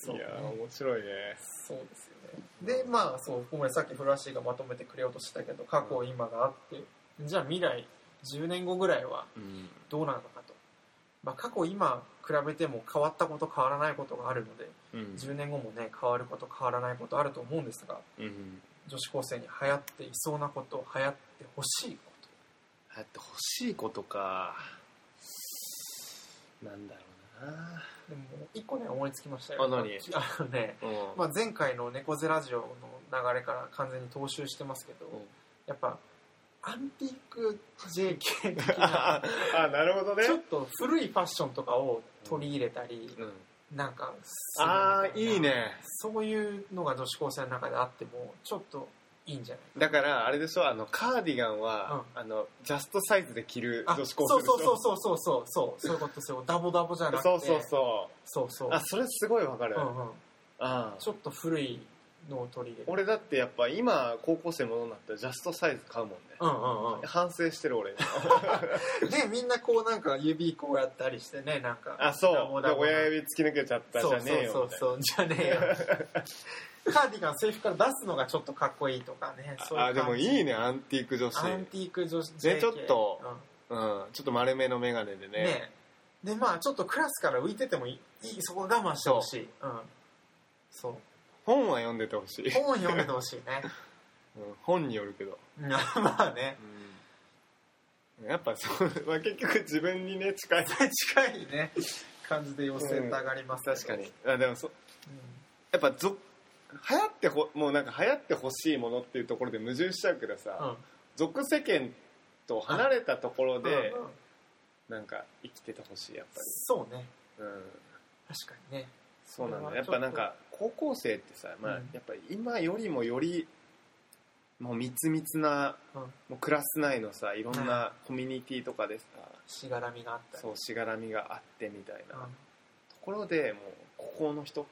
そうやー面白いねそうですよね。で、まあ、そう、ごめん、さっきフラッシーがまとめてくれようとしたけど、過去、今があって、じゃあ未来、10年後ぐらいはうんどうなのかと。まあ、過去、今、比べても変わったこと、変わらないことがあるので、うん10年後もね、変わること、変わらないことあると思うんですが、うん女子高生に流行っていそうなこと、流行ってほしいこだって欲しいことかなんだろうなと。でも、一個ね、思いつきましたよ。あ何あのね、うんまあ、前回の猫背ラジオの流れから完全に踏襲してますけど、うんやっぱアンティーク JK 的 *laughs* なああなるほどねちょっと古いファッションとかを取り入れたり、うんなんかするみたいなああいいねそういうのが女子高生の中であってもちょっといいんじゃないだからあれでしょあのカーディガンは、あのジャストサイズで着るあ女子高生でしょそうそうそうそうそうそうそういうことですよダボダボじゃなくてそうそうそそうそううあそれすごいわかる、うあんうん、あちょっと古いのを取り入れる俺だってやっぱ今高校生ものになったらジャストサイズ買うもんね、うんうんうん反省してる俺 *laughs* *laughs* でみんなこうなんか指こうやったりしてねなんかあダボそうでダボな親指突き抜けちゃったじそゃうねえよそうみたいなそうそうじゃねえ *laughs* よカーディガン制服から出すのがちょっとかっこいいとかねそうあいあうで感もじいいねアンティーク女子アンティーク女子ね JK ちょっとうんうん、ちょっと丸めの眼鏡でねねでまあちょっとクラスから浮いててもいいいいそこは我慢してほしいうんそう本は読んでてほしい、本を読んでほしいねうん本によるけど、うん *laughs* まあねやっぱそう、 *laughs* まあ、結局自分にね近い近いね感じで寄せたがりますけど確かにあでもそうんやっぱぞ流行ってほもうなんか流行ってほしいものっていうところで矛盾しちゃうけどさ、うん俗世間と離れたところでうんうんなんか生きててほしいやっぱそうねり、うん、確かにねそうなんそだれやっはちょっとぱなんか高校生ってさ、まあうんやっぱ今よりもよりもう密密なうんもうクラス内のさいろんなコミュニティとかでさ、しがらみがあったりそうしがらみがあってみたいな、うとんころでもう孤高の人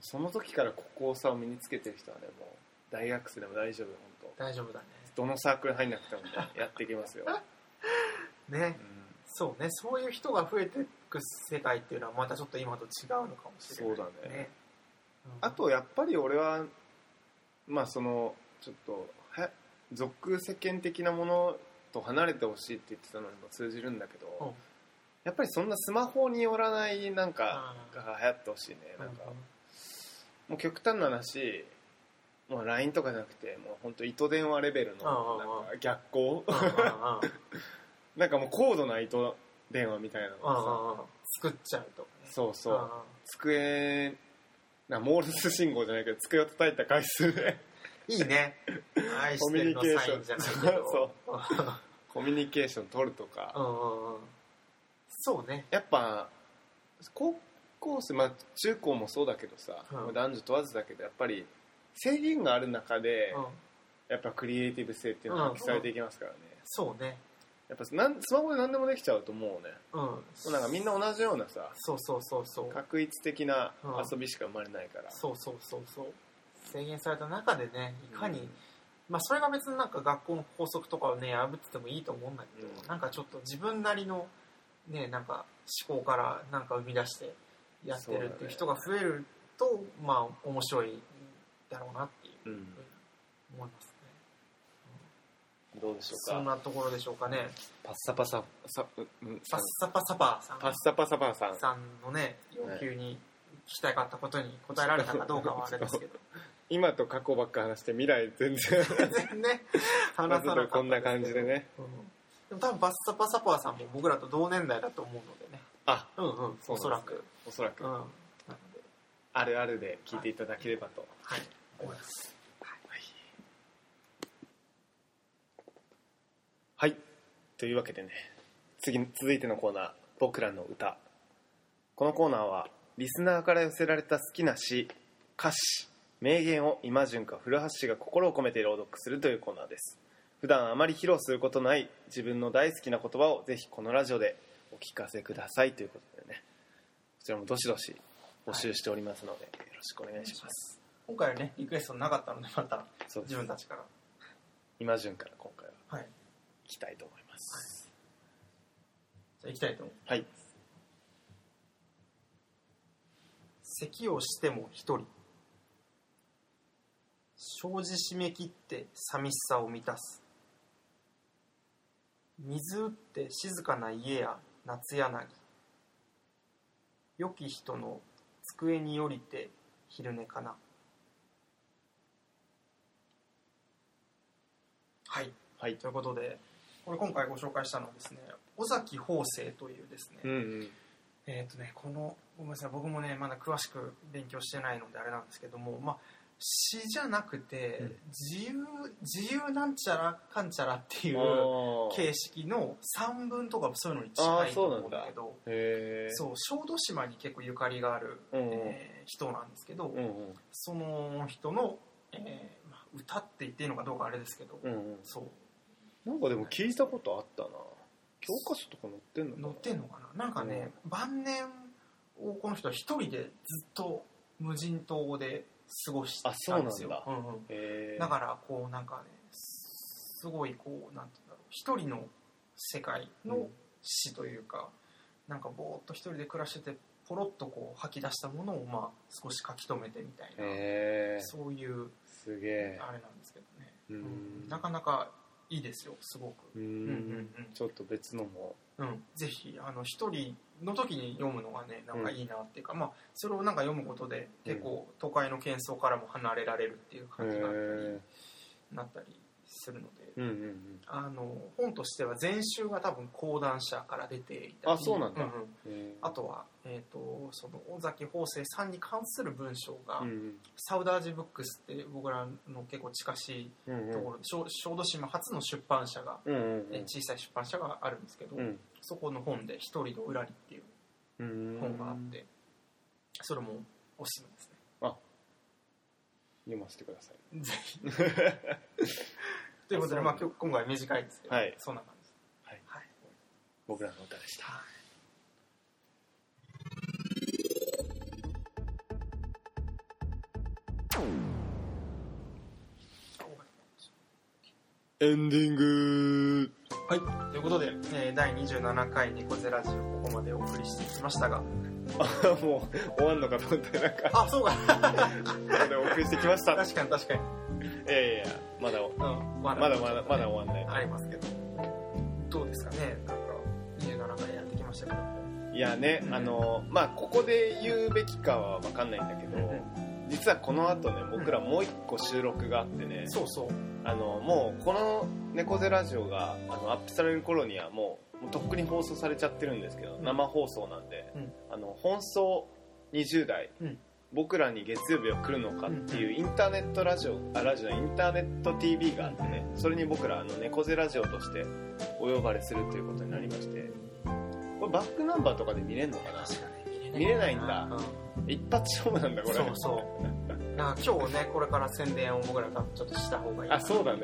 その時から孤高さを身につけてる人はねもう大学生でも大丈夫本大丈夫だね当どのサークル入んなくてもね、やっていきますよ、ねうんそうね、そういう人が増えていく世界っていうのはまたちょっと今と違うのかもしれない、そうだねうんあとやっぱり俺はまあそのちょっとは俗世間的なものと離れてほしいって言ってたのにも通じるんだけど、うんやっぱりそんなスマホによらないなんかあーが流行ってほしいねうなんんか、もう極端な話もう LINE とかじゃなくてもう本当糸電話レベルのうんうんうんなんか逆光うん *laughs* なんかもう高度な糸電話みたいなのうんうんうんうがんうんうん作っちゃうとかねさそうそううんうん机なモールス信号じゃないけど机を叩いた回数で *laughs* いいね愛コしミュてるニのケーサショインンじゃないけどそうコミュニケーション取るとか、うんうんうんそうねやっぱ高校生、まあ、中高もそうだけどさ、うんもう男女問わずだけどやっぱり制限がある中で、うんやっぱクリエイティブ性っていうのが発揮されていきますからね、そうねやっぱなんスマホで何でもできちゃうともうねうんもうなんかみんな同じようなさそうそうそうそう確一的なうん遊びしか生まれないから、そうそうそうそう制限された中でねいかに、まあそれが別になんか学校の校則とかをね破っててもいいと思うんだけど、うんなんかちょっと自分なりのねなんか思考からなんか生み出してやってるっていう人が増えると、まあ面白いだろうなっていううん思いますねどうでしょうそかんなところでしょうかねパッサパサさ、うん、パッサパサパさんパッサパサパーさんさんのね要求に聞きたかったことに答えられたかどうかはあれですけど今と過去ばっか話して未来全然全然ね *laughs* 話さなかったですけどこんな感じでねうんでも多分バッサパサパーさんも僕らと同年代だと思うのでねあうんうんそうなんですねおそらくおそらくうんなのであるあるで聞いていただければとはい思いますはい、というわけでね次続いてのコーナー「僕らの歌」このコーナーはリスナーから寄せられた好きな詩歌詞名言を今順か古橋が心を込めて朗読するというコーナーです普段あまり披露することない自分の大好きな言葉をぜひこのラジオでお聞かせくださいということでねこちらもどしどし募集しておりますので、よろしくお願いします今回はねリクエストなかったのでまたそうです自分たちから今順から今回ははい行きたいと思いますじゃあ行きたいと思うはい咳をしても一人生じ締め切って寂しさを満たす水打って静かな家や夏柳良き人の机に降りて昼寝かなはいはいということでこれ今回ご紹介したのはですね尾崎邦生というですね、うんうんえーとね、このごめんなさい僕もねまだ詳しく勉強してないのであれなんですけども、まあ、詩じゃなくて、うん自由自由なんちゃらかんちゃらっていうあー形式の散文とかそういうのにあ近ーいとそうな思うんんだだけどへえそう小豆島に結構ゆかりがある、うんうんえー人なんですけど、うんうんその人の、えーまあ、歌って言っていいのかどうかあれですけど、うんうんそうなんかでも聞いたことあったな教科書とか載ってんのかな乗ってんのかななんかね、晩年をこの人は一人でずっと無人島で過ごしてたんですよあそうんうんへえだからこうなんかねすすごいこうなんて言うんだろう一人の世界うのん死というか、なんかぼーっと一人で暮らしててポロッとこう吐き出したものをまあ少し書き留めてみたいな、へえそういうすげえあれなんですけどね、ううんんなかなかいいですよすごくう、うんうんんうんちょっと別のもうん、ぜひあの一人の時に読むのがねなんかいいなっていうか、まあ、それをなんか読むことで結構都会の喧騒からも離れられるっていうへ感じがあったりえなったりするので、うんうんうんあの本としては全集が多分講談社から出ていたりあそうなんだんへーあとは、えー、とその尾崎邦生さんに関する文章が、うんうんサウダージブックスって僕らの結構近しいうんうとんころで、小小豆島初の出版社が、うんうんえ小さい出版社があるんですけど、うんそこの本で「一人のうらり」っていううん本があって、それもおすすめです読ませてくださいね。ぜひ。ということで、まあ、今日今回短いですけど、はいそんな感じです。はいはい。僕らの歌でしたエンディングはい、ということで、えー、第27回猫背ラジオここまでお送りしてきましたがあ *laughs* もう終わんのかと思ってなんかあそう *laughs* かこれでお送りしてきましたい確かに確かに、やいやいやまだうん、ままだまだまだ終わんなありますけどどうですかねなんか27回やってきましたけどいいやねあのまあここで言うべきかは分かんないんだけど実はこの後ね僕らもう一個収録があってねそうそうあのもうこの「猫背ラジオが」あのアップされる頃にはもうもうとっくに放送されちゃってるんですけどうん生放送なんで、うんあの本送20代うん僕らに月曜日は来るのかっていうインターネットラジオあラジオインターネット TV があってねそれに僕らあの猫背ラジオとしてお呼ばれするということになりましてこれバックナンバーとかで見れるのかな見れないんだうん一発勝負なんだこれそうそうだから今日ねこれから宣伝を僕らがちょっとした方がいいあそうだね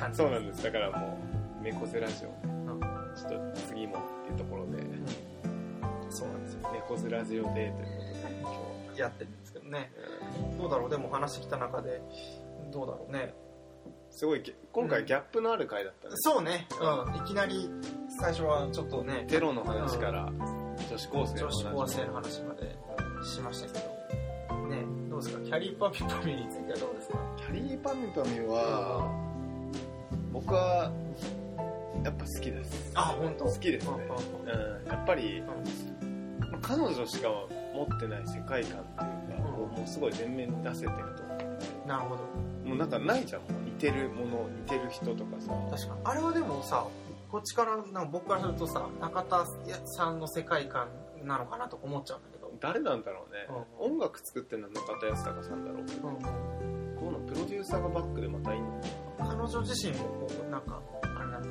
感じそうなんですだからもう猫背ラジオうんちょっと次もっていうところでそうなんですよ猫背ラジオデーということで今日やってるんですけどねどうだろうでも話してきた中でどうだろうねすごいぎ今回ギャップのある回だったね、そうね、うん、いきなり最初はちょっとねテロの話から女子高生の話女子高生の話までしましたけどねどうですかキャリーパピパミについてはどうですかキャリーパミュパミュは僕はやっぱ好きですあ本当好きですねうんうんうんうんやっぱりうん彼女しか持ってない世界観っていうか、うんこうもうすごい全面に出せてると思なるほどうもうなんかないじゃんもう似てるもの似てる人とかさ確かにあれはでもさこっちからなんか僕からするとさ中田さんの世界観なのかなとか思っちゃうんだけど、誰なんだろうね、うん音楽作ってるのは中田康隆さんだろうけどこのプロデューサーがバックでまたいいのか彼女自身もこうなんかあれなんだなんか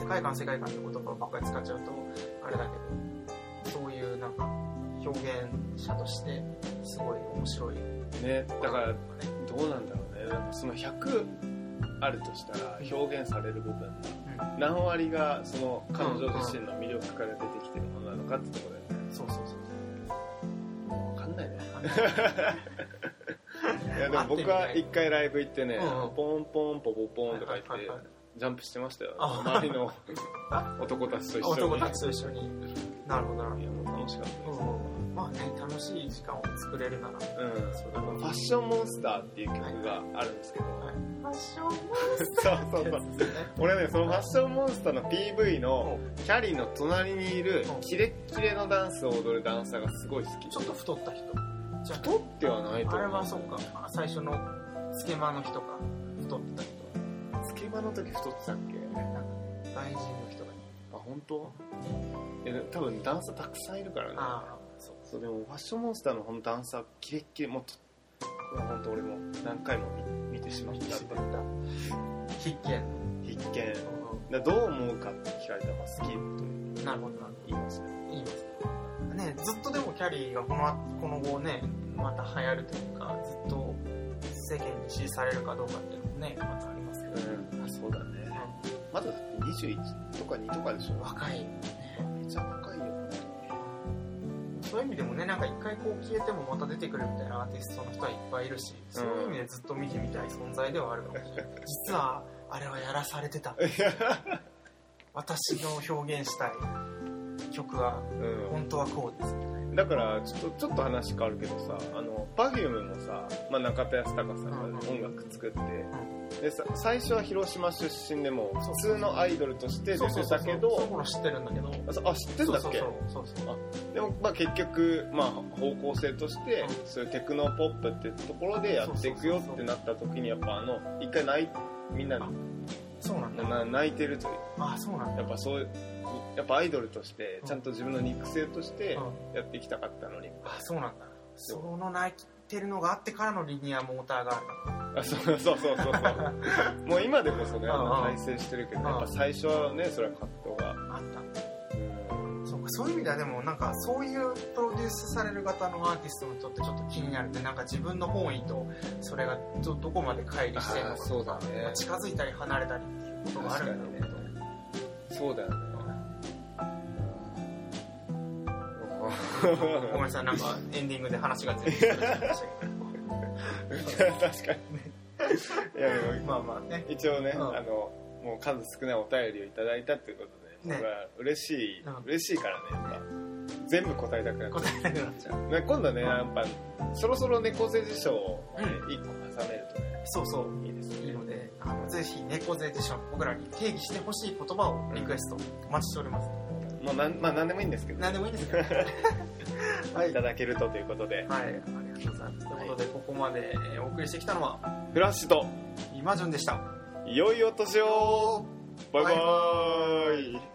世界観世界観って言葉ばっかり使っちゃうとあれだけどそういうなんか表現者としてすごい面白いなねだからねどうなんだろうねなんかその100あるとしたら表現される部分が何割がその彼女自身の魅力から出てきてるものなのかってところだよねそうそうそう分かんないねあのいやでも僕は会ってみない一回ライブ行ってねうんうんポンポンポポポンとか言ってはいはいはいジャンプしてましたよあ周りの男たちと一緒に男たちと一緒になるほどなるほいやもう楽しかったですど、うん、まあね楽しい時間を作れるならうんそうあだのなファッションモンスターっていう曲があるんですけど、はいファッションもそうそうそうですね俺ねそのファッションモンスターの PV のうキャリーの隣にいるうんキレッキレのダンスを踊るダンサーがすごい好きちょっと太った人じゃあ太ってはないと思うあれはそっかあ最初のつけまの人か太ってた人つけ場の時太ってたっけなんか大臣の人があ本当いや多分ダンサーたくさんいるからねああそうそうでもファッションモンスターのほんとダンサーキレッキレもうとこれは本当俺も何回も見見てしまった知ってた必見必見でどう思うかって聞かれたらまあ好きとなるほどなる言いましたねほどいいですねねずっとでもキャリーがこの後この後ねまた流行るというかずっと世間に支持されるかどうかっていうのもねまたありますけど、うんあそうだねまだだって21とか2とかでしょ若いめちゃ若いよそういう意味でもねなんか一回こう消えてもまた出てくるみたいなアーティストの人はいっぱいいるしそういう意味でずっと見てみたい存在ではあるかもしれない実はあれはやらされてた私の表現したい曲は本当はこうですみたいなだからちょっとちょっと話変わるけどさあのパフュームもさ、まあ、中田康隆さんがうん音楽作って、でさ最初は広島出身でもう普通のアイドルとして出そうそうてそたうそけうどそうそうそうそうあそうあ知ってんだっけそうそうでも、まあ、結局、まあ、方向性として、うんそういうテクノポップっていうところでやっていくよってなった時にやっぱあの一回泣いみんなそうなんだな泣いてるというあそうなんやだっぱそういうやっぱアイドルとしてちゃんと自分の肉声としてうんやっていきたかったのに、あそうなんだその泣いてるのがあってからのリニアモーターがあるあそうそうそうそう *laughs* そうもう今でこそねあんなうんうん体制してるけどうんやっぱ最初はねそれは葛藤があったうんそうかそういう意味ではでもなんかそういうプロデュースされる方のアーティストにとってちょっと気になるってなんか自分の本意とそれがどどこまで乖離してるのあかーそうだねまあ近づいたり離れたりっていうことがあるんだろうけど、そうだよねごめんなさいなんかエンディングで話が全然違っちゃいましたけ確かにいやでどもまあまあね一応ね、うんあのもう数少ないお便りをいただいたっていうことで、ね僕は嬉しい、うん嬉しいからねやっぱ全部答えたくなっちゃう答えなくなっちゃうね今度ね、うんやっぱそろそろ猫背辞書をねう一個挟めるとね、そうそういいですいいねのであのぜひ猫背辞書僕らに定義してほしい言葉をリクエストお待ちしておりますもうなんまあ何でもいいんですけど、何でもいいですけどはいいただけるとということではいありがとうございますということでここまでえーお送りしてきたのはフラッシュとイマジュンでした。良いお年をバイババイ